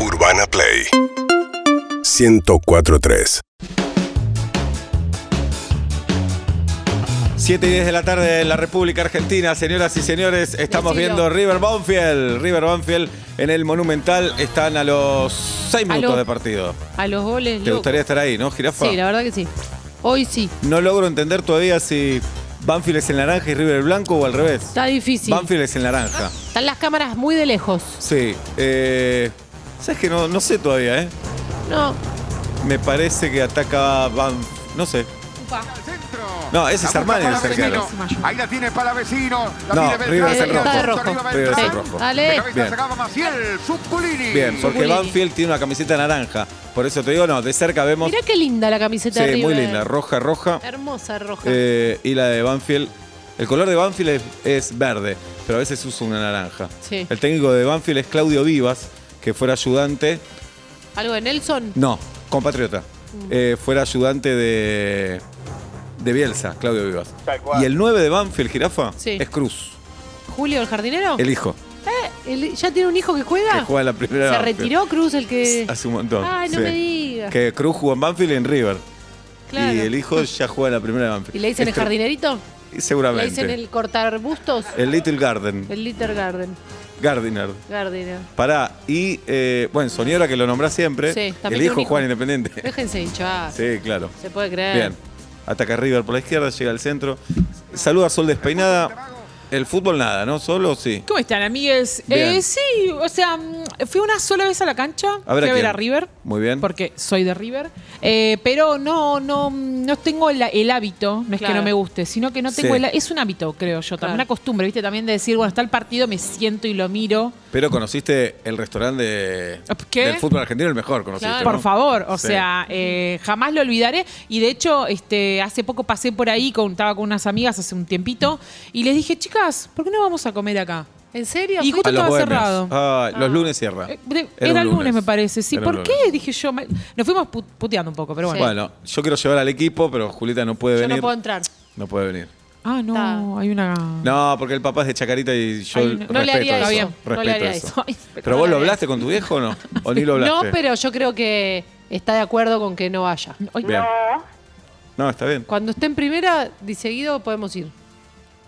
Urbana Play 1043 7 y 10 de la tarde en la República Argentina, señoras y señores, estamos Decilo. viendo River Banfield. River Banfield en el Monumental están a los 6 A minutos lo- de partido. A los goles. ¿Te loco. gustaría estar ahí, no, Jirafa? Sí, la verdad que sí. Hoy sí. No logro entender todavía si Banfield es el naranja y River el blanco o al revés. Está difícil. Banfield es el naranja. Están las cámaras muy de lejos. Sí. Eh, ¿Sabes que no, no sé todavía, eh? No. Me parece que ataca Banfield. No sé. No, ese es Armani el cercano. Ahí la tiene para vecino. La No, tiene River Beltrán, es el Está rojo. de rojo. River Arriba es el Beltrán. Sí. rojo. ¿ah? De Dale. cabeza Bien. sacaba Maciel, Zuculini. Bien, porque Zuculini. Banfield tiene una camiseta naranja. Por eso te digo, no, de cerca vemos. Mirá qué linda la camiseta Sí, de muy River. linda, roja, roja. Hermosa roja. Eh, y la de Banfield. El color de Banfield es, es verde, pero a veces usa una naranja. Sí. El técnico de Banfield es Claudio Vivas, que fuera ayudante. Algo de Nelson. No, compatriota. Mm. Eh, fuera ayudante de. de Bielsa, Claudio Vivas. Tal cual. Y el 9 de Banfield, jirafa, Sí. Oh. es Cruz, Julio, el jardinero. el hijo, Eh, el- ¿Ya tiene un hijo que juega? que juega en la primera. de Ah. Se Banfield. retiró Cruz, el que. Hace un montón. Ay, no sí. me digas. Que Cruz jugó en Banfield y en River. Claro. Y el hijo este, ya juega en la primera de Banfield. ¿Y le dicen el Esto- jardinerito? ¿Le Seguramente. dicen el cortar bustos? El, El Little Garden. Litter Garden. Gardiner. Gardiner. Pará. Y, eh, bueno, Soñora, que lo nombrás siempre. Sí, también el tiene hijo un hijo. Juan Independiente. Déjense hinchar. sí, claro. Se puede creer. Bien. Ataca River por la izquierda, llega al centro. Saluda a Sol Despeinada. El fútbol nada, ¿no? Solo sí. ¿Cómo están, amigues? Bien. Eh, sí, o sea, mm, fui una sola vez a la cancha. A ver a fui a ver quién. a River. Muy bien. Porque soy de River. Eh, pero no, no, no tengo la- el hábito, no es Claro. que no me guste, sino que no tengo Sí. el Es un hábito, creo yo, Claro. también una costumbre, ¿viste? También de decir, bueno, está el partido, me siento y lo miro. Pero conociste el restaurante de- ¿Qué? del fútbol argentino, el mejor, conociste. Claro. ¿no? Por favor, o Sí. sea, eh, jamás lo olvidaré. Y de hecho, este, hace poco pasé por ahí, con, estaba con unas amigas hace un tiempito, y les dije, chicas, ¿por qué no vamos a comer acá? ¿En serio? Y Fui- justo A los estaba bohemios. cerrado. Ay, Los lunes cierra. Eh, de- un Era el lunes, me parece. Sí, Era un ¿por qué? lunes. Dije yo. ma- Nos fuimos pu- puteando un poco, pero bueno. Bueno, yo quiero llevar al equipo, pero Julita no puede Yo venir. no puedo entrar. No puede venir. Ah, no, Está. hay una. No, porque el papá es de Chacarita y yo Ay, no. respeto No le haría eso. eso. Respeto No le haría eso. eso. Ay, Pero vos lo hablaste con tu viejo o no? ¿O ni lo No, hablaste? pero yo creo que está de acuerdo con que no vaya. Ay, Bien. No, está bien. Cuando esté en primera, de seguido podemos ir.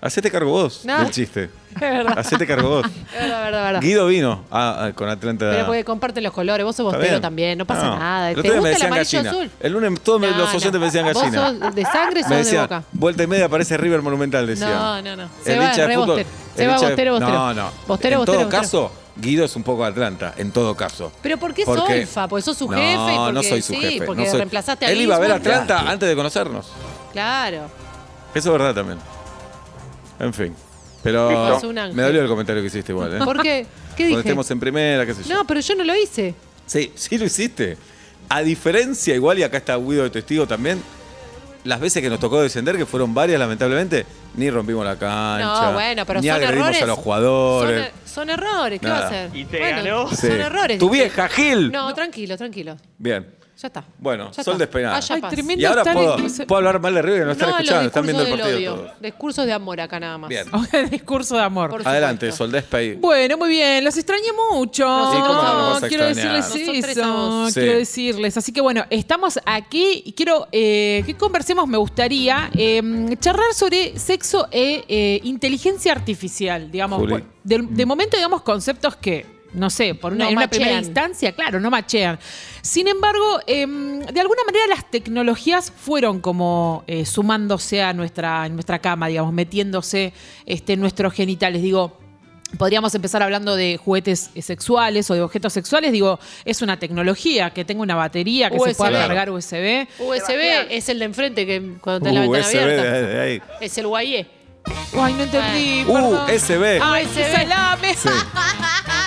Hacete cargo vos No. del chiste. Es verdad, Hacete cargo vos. es verdad, verdad, verdad. Guido vino a- a- con Atlanta. Pero porque comparten los colores, vos sos Está bostero bien. también, no pasa nada. El otro ¿Te día me gusta decían el amarillo gallina. azul? El lunes todos me- No, los oyentes no. Ah, me decían gallina. ¿Vos sos de sangre o me sos de decían, boca? vuelta y media aparece River Monumental, decía. No, no, no. El Se va, hincha de re fútbol- bostero. Se el va hincha de- bostero, bostero. No, no. Bostero, en bostero, todo bostero. caso, Guido es un poco Atlanta, en todo caso. Pero ¿por qué Porque- solfa? Porque sos su no, jefe. y no porque- soy su sí, jefe. Porque no soy- reemplazaste a Él iba a ver Griezmann. Atlanta antes de conocernos. Claro. Eso es verdad también. En fin. Pero Sos un ángel. me dolió el comentario que hiciste igual, ¿eh? ¿Por qué? ¿Qué Cuando dije? estemos en primera, qué sé yo. No, pero yo no lo hice. Sí, sí lo hiciste. A diferencia, igual, y acá está Guido de testigo también, las veces que nos tocó descender, que fueron varias lamentablemente, ni rompimos la cancha. No, bueno, pero ni son agredimos errores. a los jugadores. Son, er- son errores, ¿qué va Nada. a hacer? Y te Bueno, ganó. Sí. Son errores. ¡Tu vieja, Gil! No, tranquilo, tranquilo. Bien. Ya está. Bueno, Ya Sol está. Despeinada. Allá Ay, pasa. tremendo. Y ahora estar puedo, en- puedo hablar mal de River que no están No a escuchando, los están viendo el discursos del partido odio. todos. Discursos de amor acá nada más. Bien. discurso de amor. Por Adelante, supuesto. Sol Despey. Bueno, muy bien, los extrañé mucho. Sí, cómo no los vas a quiero extrañar. decirles Nosotros eso. estamos- Sí. Quiero decirles. Así que bueno, estamos aquí y quiero eh, que conversemos, me gustaría, eh, charlar sobre sexo e eh, inteligencia artificial, digamos. Juli. Mm. Por- De, de momento, digamos, conceptos que, no sé, por una, No en una primera machean. instancia, claro, no machean. Sin embargo, em, de alguna manera las tecnologías fueron como eh, sumándose a nuestra, en nuestra cama, digamos, metiéndose este, en nuestros genitales. Digo, Podríamos empezar hablando de juguetes eh, sexuales o de objetos sexuales. Digo, es una tecnología que tenga una batería que se USB. pueda Claro. cargar USB. USB es el de enfrente que cuando está la Uh, ventana USB abierta. de- de ahí. Es el E. guayé. Ay, no entendí. Uh, perdón. SB. Ay, USB. qué salame.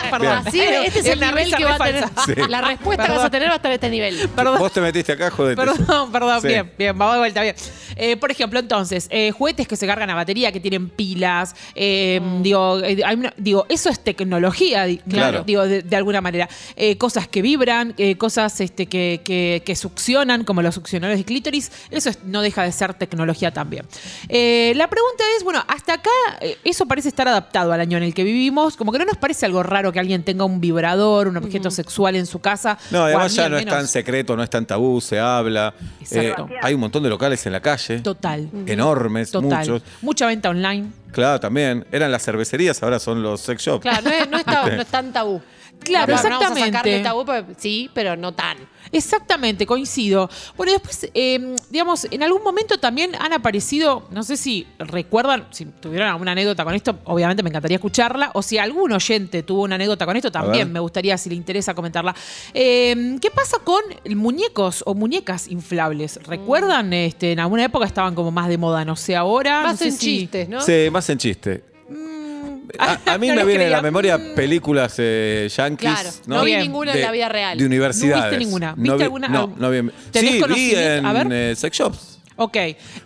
perdón. Así, este es el Una nivel risa que re va a tener. falsa. La respuesta que vas a tener va a estar a este nivel. Perdón. Vos te metiste acá, jodete. Perdón, perdón, Sí. bien, bien, vamos de vuelta, bien. Eh, por ejemplo, entonces, eh, juguetes que se cargan a batería, que tienen pilas, eh, digo, eh, hay una- digo, eso es tecnología, di- Claro. digo, de, de alguna manera. Eh, cosas que vibran, eh, cosas este, que, que- que succionan, como los succionadores de clítoris, eso es- no deja de ser tecnología también. Eh, la pregunta es, bueno, hasta acá eh, eso parece estar adaptado al año en el que vivimos, como que no nos parece algo raro porque alguien tenga un vibrador, un objeto sexual en su casa. No, o además a mí ya al no es menos. tan secreto, no es tan tabú, se habla. Exacto. Eh, hay un montón de locales en la calle. Total. Enormes, Total. muchos. Mucha venta online. Claro, también. Eran las cervecerías, ahora son los sex shops. Claro, no es, no, es tab- no es tan tabú. No, Claro, No vamos a sacarle exactamente. tabú, pero- sí, pero no tan. Exactamente, coincido. Bueno, y después, eh, digamos, en algún momento también han aparecido, no sé si recuerdan, si tuvieron alguna anécdota con esto, obviamente me encantaría escucharla, o si algún oyente tuvo una anécdota con esto, ver. también me gustaría, si le interesa, comentarla. Eh, ¿Qué pasa con muñecos o muñecas inflables? ¿Recuerdan? Este, en alguna época estaban como más de moda, no sé ahora. no Más sé en si- chistes, ¿no? Sí, más en chiste. A, a mí No me les vienen a la creía. memoria Mm. películas eh, yankees. Claro, no vi Bien. ninguna de- en la vida real. De universidades. No viste ninguna. No ¿Viste vi- alguna? No, no vi. en- Sí, ¿Tenés vi en conocimiento? A ver. eh, sex shops. Ok.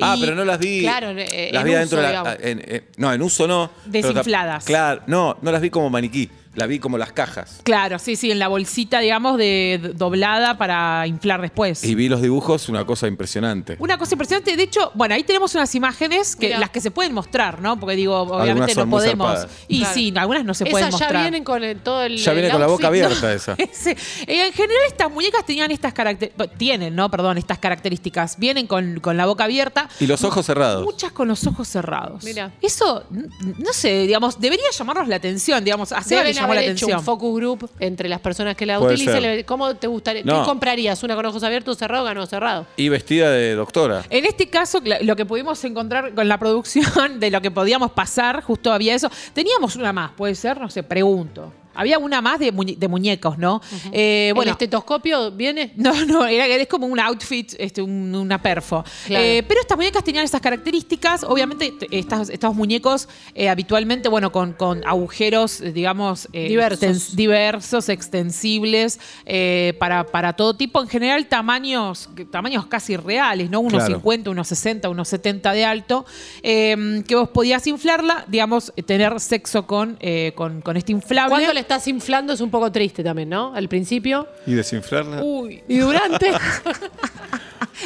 Ah, Y- pero no las vi. Claro, eh, las en vi uso, adentro. de la- digamos. en- eh, no, en uso no. pero ta- Desinfladas. Claro, no, no las vi como maniquí. Las vi como las cajas. Claro, sí, sí, en la bolsita, digamos, de de- doblada para inflar después. Y vi los dibujos, una cosa impresionante. Una cosa impresionante, de hecho, bueno, ahí tenemos unas imágenes que Mirá. las que se pueden mostrar, ¿no? Porque digo, Algunas obviamente son no muy podemos. zarpadas. Y Claro. sí, algunas no se pueden Esas mostrar. ya vienen con el, todo el. Ya viene el con la boca outfit, ¿no? abierta esa. Sí. Eh, En general estas muñecas tenían estas características, tienen, ¿no? Perdón, estas características. Vienen con, con la boca abierta. Y los ojos cerrados. Muchas con los ojos cerrados. Mirá. Eso, n- no sé, digamos, debería llamarnos la atención, digamos, a Seba le Deben llamó haber la hecho atención. un focus group entre las personas que la Puede ser. utilicen. Le- ¿Cómo te gustaría? No. ¿Qué comprarías? ¿Una con ojos abiertos, cerrado o no cerrado? Y vestida de doctora. En este caso, cla- lo que pudimos encontrar con la producción, de lo que podíamos pasar, justo había eso. Teníamos una más, puede ser, no sé, pregunto. Había una más de, muñe- de muñecos, ¿no? Eh, bueno, bueno, ¿El estetoscopio viene? no, no, era, es como un outfit, este, un- una perfo. Claro. Eh, pero estas muñecas tenían esas características. Obviamente, t- estas- estos muñecos eh, habitualmente, bueno, con, con agujeros, eh, digamos, eh, Diversos. extens- diversos, extensibles, eh, para, para todo tipo. En general, tamaños, tamaños casi reales, ¿no? Unos Claro. 50, unos 60, unos 70 de alto. eh, que vos podías inflarla, digamos, eh, tener sexo con, eh, con, con este inflable. Cuando le estás inflando es un poco triste también, ¿no? Al principio. Y desinflarla. Uy, Y durante.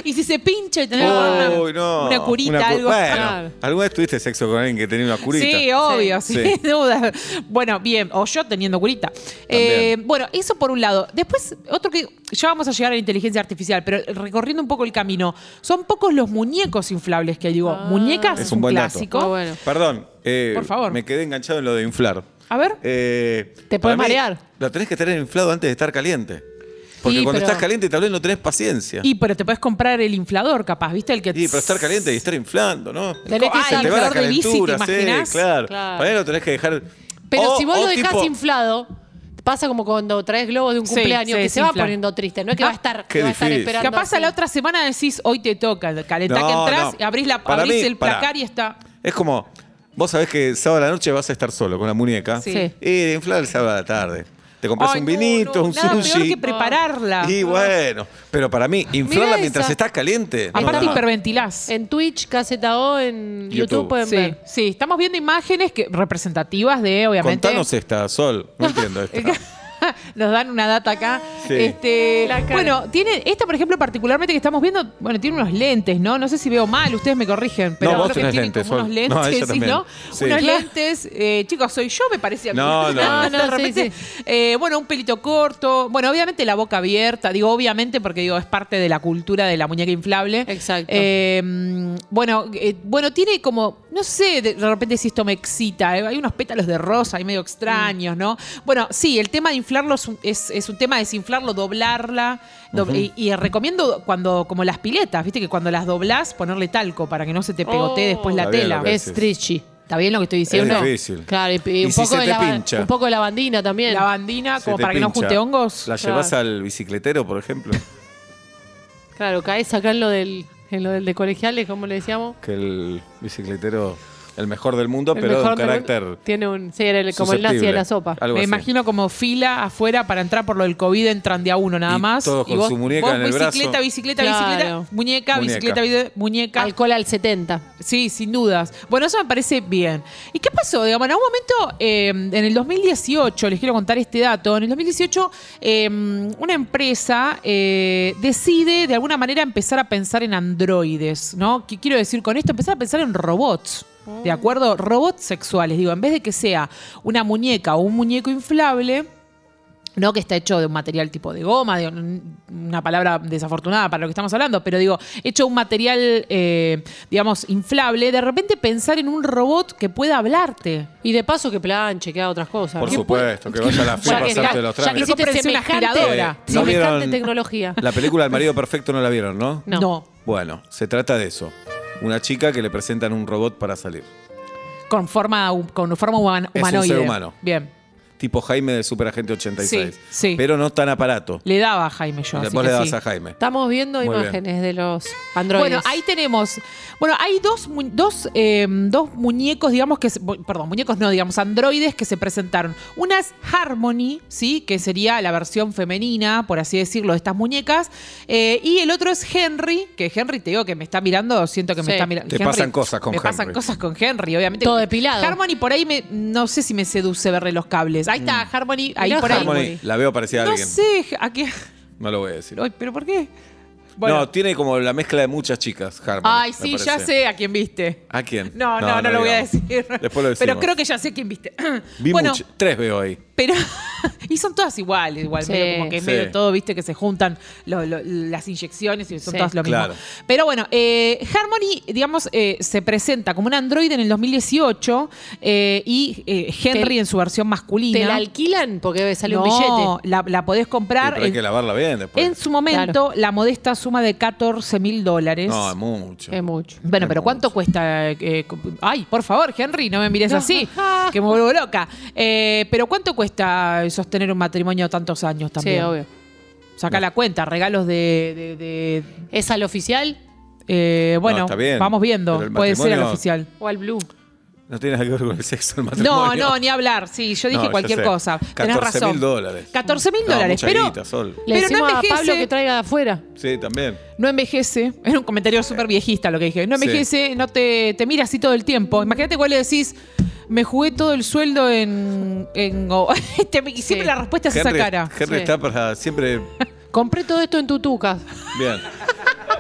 Y si se pincha y tenés Uy, una, no. una curita, cu- algo. Ah, Bueno, Claro. alguna vez tuviste sexo con alguien que tenía una curita. Sí, obvio, Sí. sin Sí. duda. Bueno, bien, o yo teniendo curita. Eh, bueno, eso por un lado. Después, otro que ya vamos a llegar a la inteligencia artificial, pero recorriendo un poco el camino, son pocos los muñecos inflables que hay, digo. Muñecas Es es un un, buen dato. clásico. Ah, bueno. Perdón. eh, Por favor. Me quedé enganchado en lo de inflar. A ver. Eh, Te para podés mí, marear. Lo tenés que tener inflado antes de estar caliente. Porque Sí, cuando pero- estás caliente tal vez no tenés paciencia. Y pero te puedes comprar el inflador, capaz, ¿viste? El que Sí, pero estar caliente y estar inflando, ¿no? Tenés que Ah, usar te va la inflador de bici, ¿te calentura, sí, imaginás? claro. Claro. Para mí lo tenés que dejar. Pero o- si vos o lo dejás tipo, inflado, pasa como cuando traes globos de un Sí, cumpleaños se que se va desinfla. poniendo triste. No es que va a estar, Qué que va a estar difícil. esperando. Capaz a así. la otra semana decís, hoy te toca, calentá No, que entras, no. y abrís, la, Para abrís mí, el placar pará. y está. Es como, vos sabés que sábado a la noche vas a estar solo con la muñeca. Sí. Sí. Y inflar el sábado a la tarde. Te compras Ay, un no, vinito, no, un nada sushi. peor que prepararla. Y bueno, pero para mí, inflarla Mirá mientras esa. estás caliente. no, Aparte no. hiperventilás. En Twitch, KZO, en YouTube, YouTube. pueden Sí, ver. sí, estamos viendo imágenes que, representativas de, obviamente. Contanos esta, Sol. No entiendo esta. Nos dan una data acá. Sí. Este, La cara. bueno, tiene esta, por ejemplo, particularmente que estamos viendo, bueno, tiene unos lentes, ¿no? No sé si veo mal, ustedes me corrigen, pero No, vos creo que tenés tienen lentes, como unos Sol. lentes, No, ella ¿sí, también. no? Sí. Unos Claro. lentes, eh, chicos, soy yo, me parecía. No, no, no. No, no, de repente, eh, bueno, un pelito corto, bueno, obviamente la boca abierta, digo obviamente porque digo es parte de la cultura de la muñeca inflable. Exacto. Eh, mm, bueno, eh, bueno, tiene como, no sé, de de repente si esto me excita, eh, hay unos pétalos de rosa ahí medio extraños, ¿no? Bueno, sí, el tema de inflarlo es un, es- es un tema de desinflarlo, doblarla, do- y, y recomiendo cuando, como las piletas, viste que cuando las doblás, ponerle talco para que no se te pegotee Oh. después la Está bien tela. lo que Es Gracias. Trichi. ¿Está bien lo que estoy diciendo? difícil. Claro, y, y ¿Y un, si poco se de te la, ba- pincha? un poco de lavandina también. La bandina, Se como te para que no pincha. junte hongos. ¿La llevas al bicicletero, por ejemplo? Claro, caes acá en lo del, en lo del de colegiales, como le decíamos. Que el bicicletero, el mejor del mundo, El pero de un mejor del- carácter. Tiene un. Sí, era el- como el nazi de susceptible. la sopa. Algo Me así. imagino como fila afuera para entrar por lo del COVID, entran de a uno nada Y más. todos con su muñeca en el brazo. bicicleta, bicicleta, Claro. bicicleta, muñeca, Muñeca. bicicleta, bide- muñeca. Alcohol al 70. Sí, sin dudas. Bueno, eso me parece bien. ¿Y qué pasó? Digamos, en algún momento, eh, en el 2018, les quiero contar este dato, en el 2018 eh, una empresa eh, decide de alguna manera empezar a pensar en androides, ¿no? ¿Qué quiero decir con esto? Empezar a pensar en robots. ¿De acuerdo? Robots sexuales. Digo, en vez de que sea una muñeca o un muñeco inflable, no que está hecho de un material tipo de goma, de un- una palabra desafortunada para lo que estamos hablando, pero digo, hecho un material, eh, digamos, inflable, de repente pensar en un robot que pueda hablarte. Y de paso que planche, que haga otras cosas. Por Que supuesto, que vaya a la FIP a Ya que, hacerte ya- los ya que trámites. existe Cómprense una aspiradora. semejante, Eh, ¿no vieron- semejante tecnología. La película El marido perfecto no la vieron, ¿no? No. Bueno, se trata de eso. Una chica que le presentan un robot para salir. Con forma, con forma human- Es un humanoide. ser humano. Bien. Tipo Jaime de Superagente 86. Sí, sí. Pero no tan aparato. Le daba a Jaime yo. así Después que le dabas sí. a Jaime. Estamos viendo Muy bien. imágenes de los androides. Bueno, ahí tenemos. Bueno, hay dos, mu- dos, eh, dos muñecos, digamos que. se- bu- Perdón, muñecos no, digamos, androides que se presentaron. Una es Harmony, ¿sí? Que sería la versión femenina, por así decirlo, de estas muñecas. Eh, y el otro es Henry, que Henry, te digo que me está mirando, siento que Sí. me está mirando. Te pasan cosas con me pasan Henry. cosas con Henry, obviamente. Todo depilado. Harmony por ahí me- no sé si me seduce verle los cables. Ahí está, Harmony, ahí Mirá por Harmony. Mm. ahí. Harmony, la veo parecida a No alguien. sé a qué. No lo voy a decir. Ay, ¿Pero por qué? no, tiene como la mezcla de muchas chicas, Harmony. Ay, me sí, ya parece. sé a quién viste. ¿A quién? No, no, no, lo voy a digamos. decir. Después lo decimos. Pero creo que ya sé quién viste. Vi bueno, much- tres veo ahí. pero. y son todas iguales, igual, Sí. medio como que Sí. medio todo, viste, que se juntan lo- lo- las inyecciones y son Sí. todas lo mismo. Claro. Pero bueno, eh, Harmony, digamos, eh, se presenta como un androide en el 2018 eh, y eh, Henry Te- en su versión masculina. ¿Te la alquilan? Porque sale no, un billete. La, la podés Sí, comprar. pero hay en, que lavarla bien después. en su momento, la modesta suma de 14 mil dólares. No, es mucho. Es mucho. Bueno, pero ¿cuánto cuesta? eh, eh, comp- ay, por favor, Henry, no me mires así, que me vuelvo loca. Eh, pero ¿cuánto cuesta sostener un matrimonio tantos años también? Sí, obvio. Saca la cuenta, regalos de... de- de- ¿Es al oficial eh, bueno, está bien, vamos pero viendo, el puede ser al matrimonio- oficial. o al blue? No tiene nada que ver con el sexo del No, matrimonio. no, ni hablar, sí, yo dije No, ya cualquier sé. cosa, tenés 14.000 razón. dólares. 14 mil No, dólares, mucha pero guita, Sol. Le Pero no decimos a Pablo envejece. que traiga de afuera. Sí, también. no envejece. Era un comentario súper viejista lo que dije. No Sí. envejece, no te, te mira así todo el tiempo. Imagínate cuál le decís, me jugué todo el sueldo en. en o- Te- y Sí. siempre la respuesta es esa Henry, cara. Henry Sí. está para siempre. Compré todo esto en tutucas. Bien.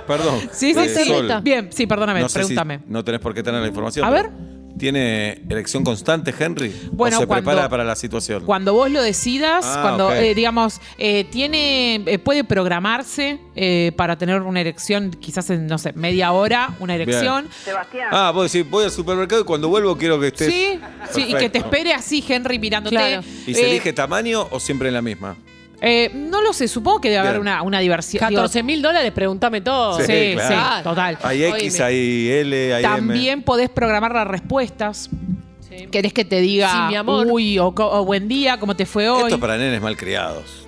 Perdón. Sí, sí, Eh, sí. Sol, Reta. Bien, sí, perdóname, no sé si pregúntame. no tenés por qué tener la información. A pero ver. ¿Tiene erección constante, Henry? Bueno, ¿O se cuando- prepara para la situación? Cuando vos lo decidas, Ah, cuando, ok. eh, digamos, eh, tiene, eh, puede programarse eh, para tener una erección, quizás en, no sé, media hora, una erección. Ah, vos decís, voy al supermercado y cuando vuelvo quiero que estés. Sí, sí, y que te Perfecto. espere así, Henry, mirándote. Claro. ¿Y se Eh, elige tamaño o siempre en la misma? Eh, no lo sé, supongo que debe Bien. haber una, una diversión. 14 mil dólares, pregúntame todo. Sí, sí, claro. total. Hay X, Oíme. hay L, hay M. También podés programar las respuestas. Sí. ¿Querés que te diga Sí, mi amor. uy o, co- o buen día, cómo te fue hoy? Esto es para nenes malcriados.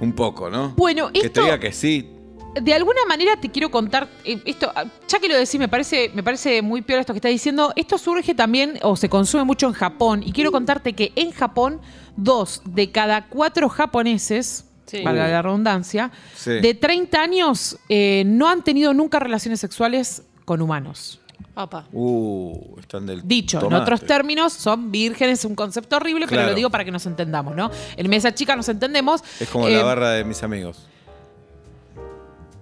Un poco, ¿no? Bueno, que te esto- diga que sí. De alguna manera te quiero contar eh, esto, ah, ya que lo decís, me parece, me parece muy peor esto que estás diciendo. Esto surge también o se consume mucho en Japón. Y quiero contarte que en Japón, dos de cada cuatro japoneses, Sí. valga la redundancia, Uh. Sí. de 30 años eh, no han tenido nunca relaciones sexuales con humanos. Apa. Uh, están del. Dicho en tomate. otros términos, son vírgenes, un concepto horrible, pero Claro. lo digo para que nos entendamos, ¿no? En Mesa Chica nos entendemos. Es como Eh, la barra de mis amigos.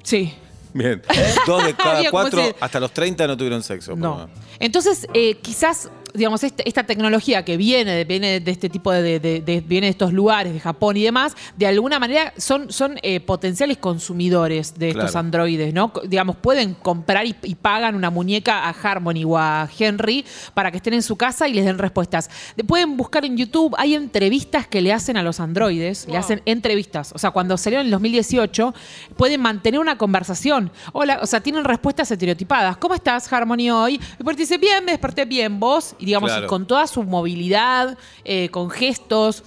Sí. Bien. Dos de cada Digo, ¿Eh? como cuatro si- hasta los 30 no tuvieron sexo. por lo No. menos. Entonces, eh, quizás, digamos, esta, esta tecnología que viene, de- viene de este tipo de, de- de- viene de estos lugares, de Japón y demás, de alguna manera son, son eh, potenciales consumidores de estos Claro. androides, ¿no? Co- Digamos, pueden comprar y, y pagan una muñeca a Harmony o a Henry para que estén en su casa y les den respuestas. De- Pueden buscar en YouTube, hay entrevistas que le hacen a los androides, le Wow. hacen entrevistas. O sea, cuando salieron en el 2018, pueden mantener una conversación. Hola, o sea, tienen respuestas estereotipadas. ¿Cómo estás, Harmony, hoy? Y por ahí te dice, bien, me desperté bien, vos. Y digamos, Claro. y con toda su movilidad, eh, con gestos.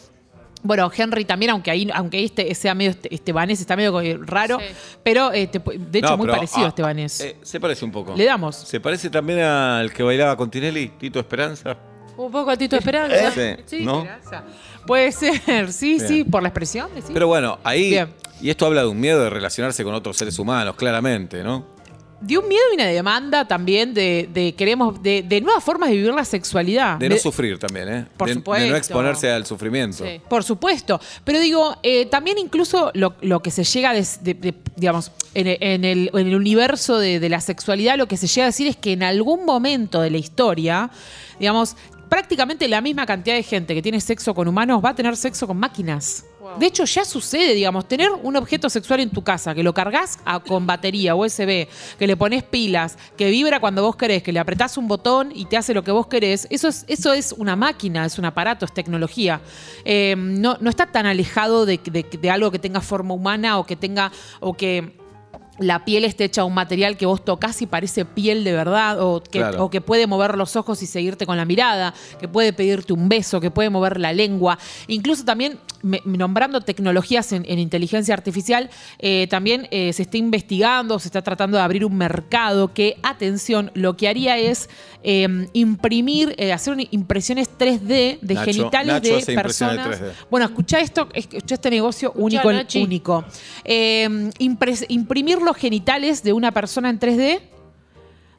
Bueno, Henry también, aunque ahí, aunque ahí este, sea medio este, estebanés, está medio eh, raro, Sí. pero eh, te pu- de hecho No, muy pero, parecido este ah, a Estebanés. eh, se parece un poco. Le damos. Se parece también al que bailaba con Tinelli, Tito Esperanza. Un poco a Tito Esperanza. Sí, ¿no? Esperanza. Puede ser, sí, Bien. sí, por la expresión, decís. Pero bueno, ahí. Bien. Y esto habla de un miedo de relacionarse con otros seres humanos, claramente, ¿no? dio un miedo y una demanda también de, de queremos de, de nuevas formas de vivir la sexualidad. De no De- sufrir también, ¿eh? Ah, Por de, de supuesto. no exponerse al sufrimiento. Sí. Por supuesto. Pero digo, eh, también incluso lo, lo que se llega, des- de- de- digamos, en, e- en el, en el universo de, de la sexualidad, lo que se llega a decir es que en algún momento de la historia, digamos, prácticamente la misma cantidad de gente que tiene sexo con humanos va a tener sexo con máquinas. Wow. De hecho, ya sucede, digamos, tener un objeto sexual en tu casa, que lo cargas a- con batería USB, que le pones pilas, que vibra cuando vos querés, que le apretás un botón y te hace lo que vos querés, eso es, eso es una máquina, es un aparato, es tecnología. Eh, no, no está tan alejado de, de- de algo que tenga forma humana o que tenga. o que la piel esté hecha de un material que vos tocas y parece piel de verdad, o que, Claro. o que puede mover los ojos y seguirte con la mirada, que puede pedirte un beso, que puede mover la lengua. Incluso también, me- nombrando tecnologías en, en inteligencia artificial, eh, también eh, se está investigando, se está tratando de abrir un mercado que, atención, lo que haría es eh, imprimir, eh, hacer un- impresiones 3D de Nacho- genitales Nacho hace de impresiones personas. 3D. Bueno, escucha esto, escuchá este negocio único, en- Nachi. único único. Eh, impres- imprimir los genitales de una persona en 3D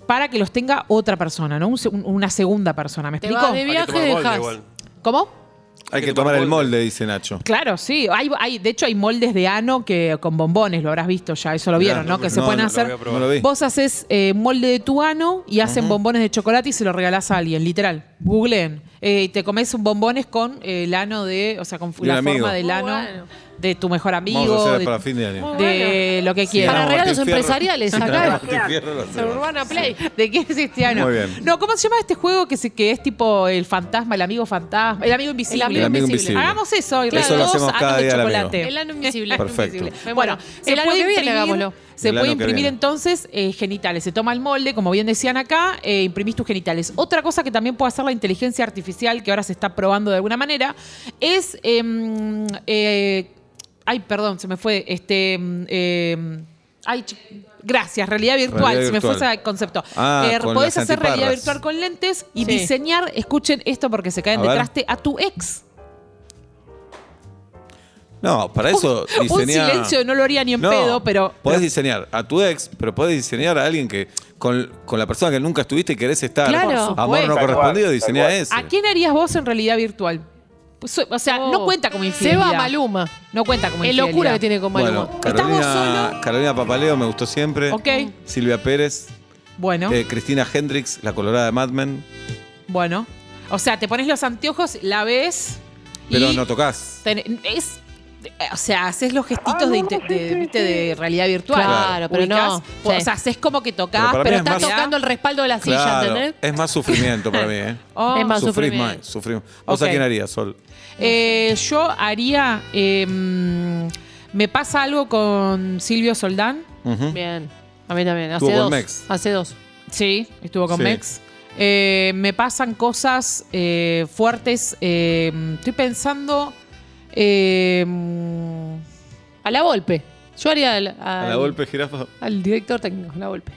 para que los tenga otra persona, ¿no? Un se- un- una segunda persona, ¿me Te vas explico? de Hay que viaje tomar molde dejas. igual. ¿Cómo? Hay que tomar el molde, dice Nacho. Claro, sí. Hay, hay- de hecho, hay moldes de ano que con bombones, lo habrás visto ya, eso lo vieron, Claro, ¿no? Que se no, pueden no lo hacer. voy a probar. No lo vi. Vos haces eh, molde de tu ano y hacen bombones de chocolate y se lo regalás a alguien, literal. Googleen. Eh, y te comes un bombones con eh, el ano de, o sea, con De un la amigo. forma del Muy ano bueno. de tu mejor Vamos a amigo, hacer de, para fin de año. Muy de lo que quieras. Para Martín regalos Fierro. empresariales, acá. Martín Fierro lo hace. Urbana Play. ¿De quién es este ano? Muy bien. No, ¿cómo se llama este juego que, se, que es tipo el fantasma, el amigo fantasma, el amigo invisible? El amigo amigo invisible. invisible. Hagamos eso y Claro. regalamos Eso lo hacemos anos cada de día del amigo. chocolate. El ano invisible. Perfecto. Me Bueno, muero. el año que viene hagámoslo. se El puede año que imprimir viene. entonces eh, genitales. Se toma el molde, como bien decían acá, eh, imprimís tus genitales. Otra cosa que también puede hacer la inteligencia artificial, que ahora se está probando de alguna manera, es. em, eh, ay, perdón, se me fue. Este. em, em, ay, ch- gracias, realidad virtual. Realidad se me fue virtual. ese concepto. Eh, Ah, con podés las hacer realidad antiparras. virtual con lentes y Sí. diseñar, escuchen esto porque se caen A de ver. traste, a tu ex. No, para eso Un diseñar. silencio, no lo haría ni en pedo, pero. Podés pero- diseñar a tu ex, pero podés diseñar a alguien que. Con, con la persona que nunca estuviste y querés estar. Claro. Amor no Tal correspondido, cual, diseñá tal cual. ese. ¿A quién harías vos en realidad virtual? Pues, so- o sea, no Oh. cuenta como Se va infidelidad. Maluma. No cuenta como Es infidelidad. locura que tiene con Maluma. Bueno, ¿Estás vos Carolina, solo? Carolina Papaleo me gustó siempre. Ok. Silvia Pérez. Bueno, eh, Cristina Hendricks, la colorada de Mad Men. bueno. O sea, te pones los anteojos, la ves. Pero y no tocas. ten- es, o sea, haces los gestitos de, inte- de- viste, de realidad virtual. Claro, pero no. po- Sí. O sea, haces como que tocás, Pero para pero, mí es en Está más- Eh, realidad- tocando el respaldo de la silla, ¿entendés? es más sufrimiento para mí, ¿eh? Oh. Es más Sufrís sufrimiento. más, sufrimos. ¿Vos Ok. a quién harías, Sol? Eh, yo haría. eh, me pasa algo con Silvio Soldán. Ujú. Bien. A mí también. Hace Estuvo con dos. Mex. Hace dos. Sí, estuvo con Sí. Mex. Eh, me pasan cosas eh, fuertes. eh, estoy pensando. eh, A la golpe. Yo haría al, al- A la golpe jirafa. al director técnico, a la golpe.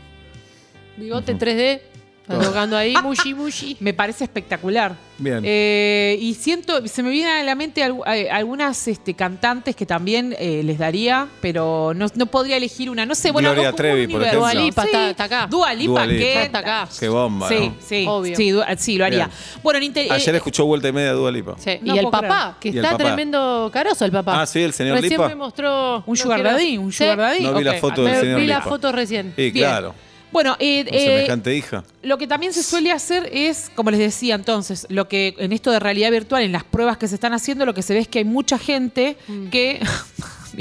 Bigote en 3D, está tocando ahí, mushi mushi. me parece espectacular. Bien. Eh, y siento, se me vienen a la mente algu- eh, algunas este, cantantes que también eh, les daría, pero no, no podría elegir una. No sé, bueno, Gloria algo como Trevi, un por universo. ejemplo. Dua Lipa está- está acá. Dua Lipa, Dua Lipa. que- Está acá. Qué bomba, Sí, ¿no? sí. Obvio. Sí, Dua- sí, lo haría. Bien. Bueno, en inter- Ayer eh, escuchó vuelta y media de Dua Lipa. Sí, No y el puedo papá, creer. que Y el está papá. tremendo caroso el papá. Ah, sí, el señor Recién Lipa. me mostró. un sugar quiero- daddy, un Sí, sugar daddy. No vi la Ok, foto anda- del Me señor vi la Lipa. foto recién. Y Bien. claro, Bueno, eh, con eh, semejante hija. Lo que también se suele hacer es, como les decía entonces, lo que en esto de realidad virtual, en las pruebas que se están haciendo, lo que se ve es que hay mucha gente Mm. que.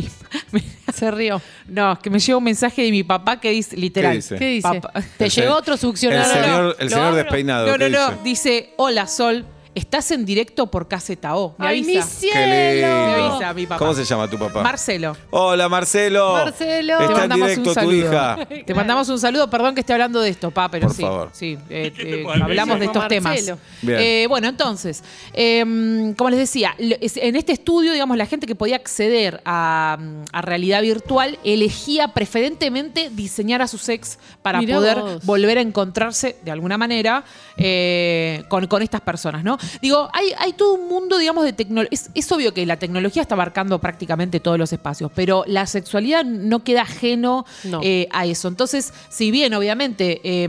Se rió. no, es que me llega un mensaje de mi papá que dice, literal. ¿Qué dice? ¿Qué dice? Papá- Te El llegó se- otro El succionador. señor, el Lo señor abro. despeinado. No, no, ¿qué no. Ah, dice? Dice: Hola Sol, estás en directo por KZO. Me Ay, mi avisa. Qué Me lindo. cielo. avisa mi papá. ¿Cómo se llama tu papá? Marcelo. Hola, Marcelo. Marcelo. Te Está en mandamos un directo tu saludo. hija. Te mandamos un saludo, perdón que esté hablando de esto, pa, pero Por sí. favor. sí, eh, eh, parece? hablamos de estos temas. Este Marcelo. Bien. Eh, bueno, entonces, eh, como les decía, lo- es- en este estudio, digamos, la gente que podía acceder a, mm, a realidad virtual elegía preferentemente diseñar a su sex para Mirá poder vos. volver a encontrarse de alguna manera eh, con, con estas personas, ¿no? Digo, hay, hay todo un mundo, digamos, de tecnología. Es, es obvio que la tecnología está abarcando prácticamente todos los espacios, pero la sexualidad no queda ajeno No. eh, a eso. Entonces, si bien, obviamente, eh,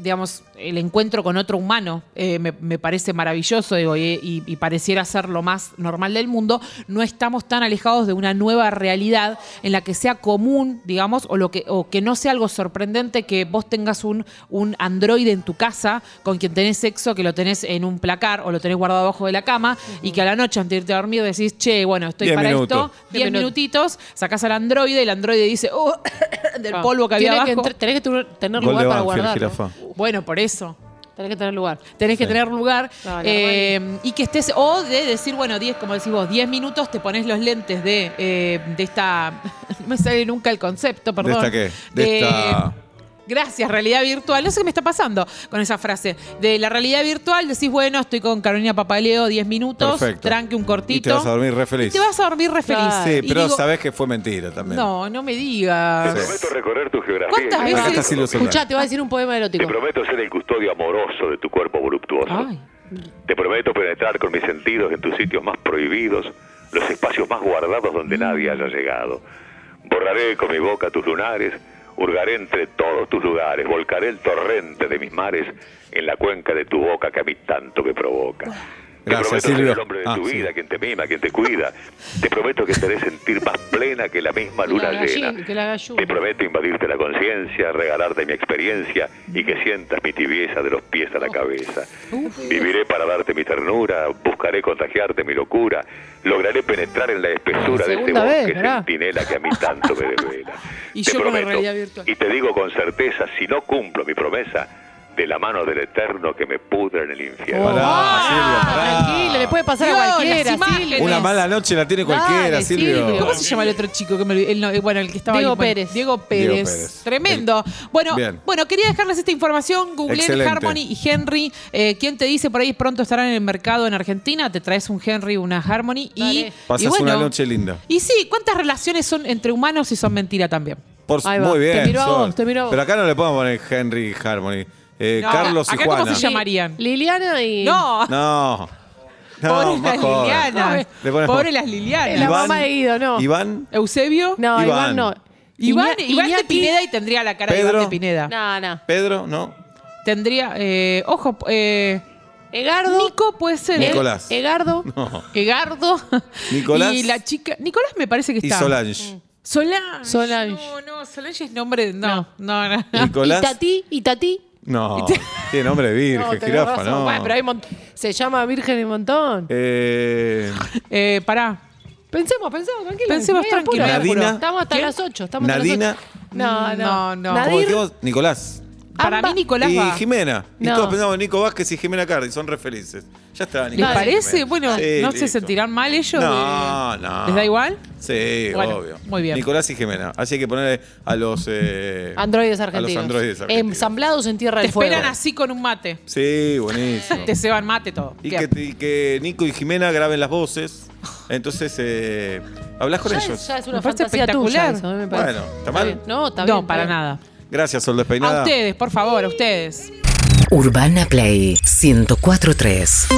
digamos, el encuentro con otro humano eh, me, me parece maravilloso digo, y, y- y pareciera ser lo más normal del mundo, no estamos tan alejados de una nueva realidad en la que sea común, digamos, o, lo que, o que no sea algo sorprendente que vos tengas un, un androide en tu casa con quien tenés sexo, que lo tenés en un placar o lo tenés guardado abajo de la cama y que a la noche antes de irte a dormir decís, che, bueno, estoy Diez para minutos. esto, Diez 10 minutos. minutitos, sacás al androide, el androide dice, oh, del polvo que había Tiene abajo. entr- tenés que tu- tener Gol lugar de para Banfield, guardarlo. jirafa. Bueno, por eso. Tenés que tener lugar. Tenés que tener lugar No, la eh, y que estés, o de decir, bueno, 10, como decís vos, 10 minutos te pones los lentes de, eh, de esta, no me sale nunca el concepto, perdón. Eh, esta qué? De esta- Gracias, realidad virtual. No sé qué me está pasando con esa frase. De la realidad virtual decís, bueno, estoy con Carolina Papaleo 10 minutos, Perfecto. tranque un cortito. Y te vas a dormir re feliz. Te vas a dormir re feliz. Claro. Sí, Y pero digo, sabés que fue mentira también. No, no me digas. Te prometo recorrer tu geografía. ¿Cuántas y veces? llegar Acá a está tu Silvio opinión. Soldán. Escuchá, te voy a decir un poema Te erótico. prometo ser el custodio amoroso de tu cuerpo voluptuoso. Ay. Te prometo penetrar con mis sentidos en tus sitios más prohibidos, los espacios más guardados donde Mm. nadie haya llegado. Borraré con mi boca tus lunares, hurgaré entre todos tus lugares, volcaré el torrente de mis mares en la cuenca de tu boca que a mí tanto me provoca. Te Gracias, prometo ser Silvio. el hombre de Ah, tu sí. vida, quien te mima, quien te cuida. Te prometo que te haré sentir más plena que la misma Que la luna llena. galli- que la gallina. Te prometo invadirte la conciencia, regalarte mi experiencia y que sientas mi tibieza de los pies a la cabeza. Viviré para darte mi ternura, buscaré contagiarte mi locura, lograré penetrar en la espesura de este Segunda vez, bosque ¿verdad? centinela que a mí tanto me devela. Y Te yo con la prometo, realidad virtual. Y te digo con certeza, si no cumplo mi promesa, de la mano del Eterno que me pudre en el infierno. Oh, Pará, Silvio, pará. Oh. Ah, Tranquilo, le puede pasar Dios, a cualquiera. las Silvio. imágenes. Una mala noche la tiene cualquiera, Dale, Silvio. Silvio. ¿Cómo se llama el otro chico? Que me olvidé? El no- eh, bueno, el que estaba Diego ahí, bueno, Pérez. Diego Pérez. Diego Pérez. Tremendo. Bueno, Bien. bueno, quería dejarles esta información. Googleen Excelente. Harmony y Henry. Eh, ¿Quién te dice por ahí pronto estarán en el mercado en Argentina? Te traes un Henry, una Harmony Dale. y, Pasas y bueno, una noche linda. Y sí, ¿cuántas relaciones son entre humanos y son mentira también? Por- Ahí va. muy bien. Te miro a vos, Sol. te miro a vos. Pero acá no le podemos poner Henry y Harmony. Eh, No, Carlos acá y ¿cómo Juana. se llamarían? Liliana y. No, No. No, pobre más las joven. Lilianas. Le ponemos- Pobre las Lilianas. La mamá de Guido, no. Iván, Eusebio. No, Iván, Iván. no. Iván, Iña- Iván de Iñaki- Pineda y tendría la cara de Pedro. Iván de Pineda. No, no. Pedro, ¿no? Tendría, eh, ojo, eh, Egardo. Nico puede ser. ¿eh? E- Nicolás. Egardo. No. Egardo. Nicolás. Y la chica. Nicolás me parece que Y está. Mm. Solange. Solange. Solange. No, no, Solange es nombre. No, no, no. Nicolás. Y Tati. Y Tati. No. Tiene nombre de virgen, tenés jirafa, razón. ¿no? Bueno, pero hay mont- Se llama Virgen y Montón. Eh, Eh, pará. Pensemos, pensemos, tranquilo. Pensemos Hay apuro, tranquilo. hay apuro. Nadina. Estamos hasta ¿Quién? las 8. Estamos hasta Nadina. las 8. No, no. No, no. ¿Cómo Nadir. dijimos? Nicolás. Para Ambas- mí, Nicolás y va. Jimena. Y No. todos pensamos en Nico Vázquez y Jimena Cardi. Son re felices. Ya está, ¿Les Nicolás. y parece? Jimena. Bueno, Sí, ¿no se listo. sentirán mal ellos? No, Eh, no. ¿Les da igual? Sí, Bueno, obvio. muy bien. Nicolás y Jimena. Así hay que ponerle a los. eh, Androides A argentinos. los androides argentinos. Ensamblados en Tierra Te del Fuego. esperan así con un mate. Sí, buenísimo. Te ceban mate todo. y, Bien. que, y que Nico y Jimena graben las voces. Entonces, eh, hablas con Ya es, ellos. ya es una Me parece fantasía tuya. espectacular. eso, a mí me parece. bueno, ¿está mal? bien. No, está no, bien. para está bien. nada. Gracias, Sol Despeinada. A ustedes, por favor, a ustedes. Urbana Play 1043.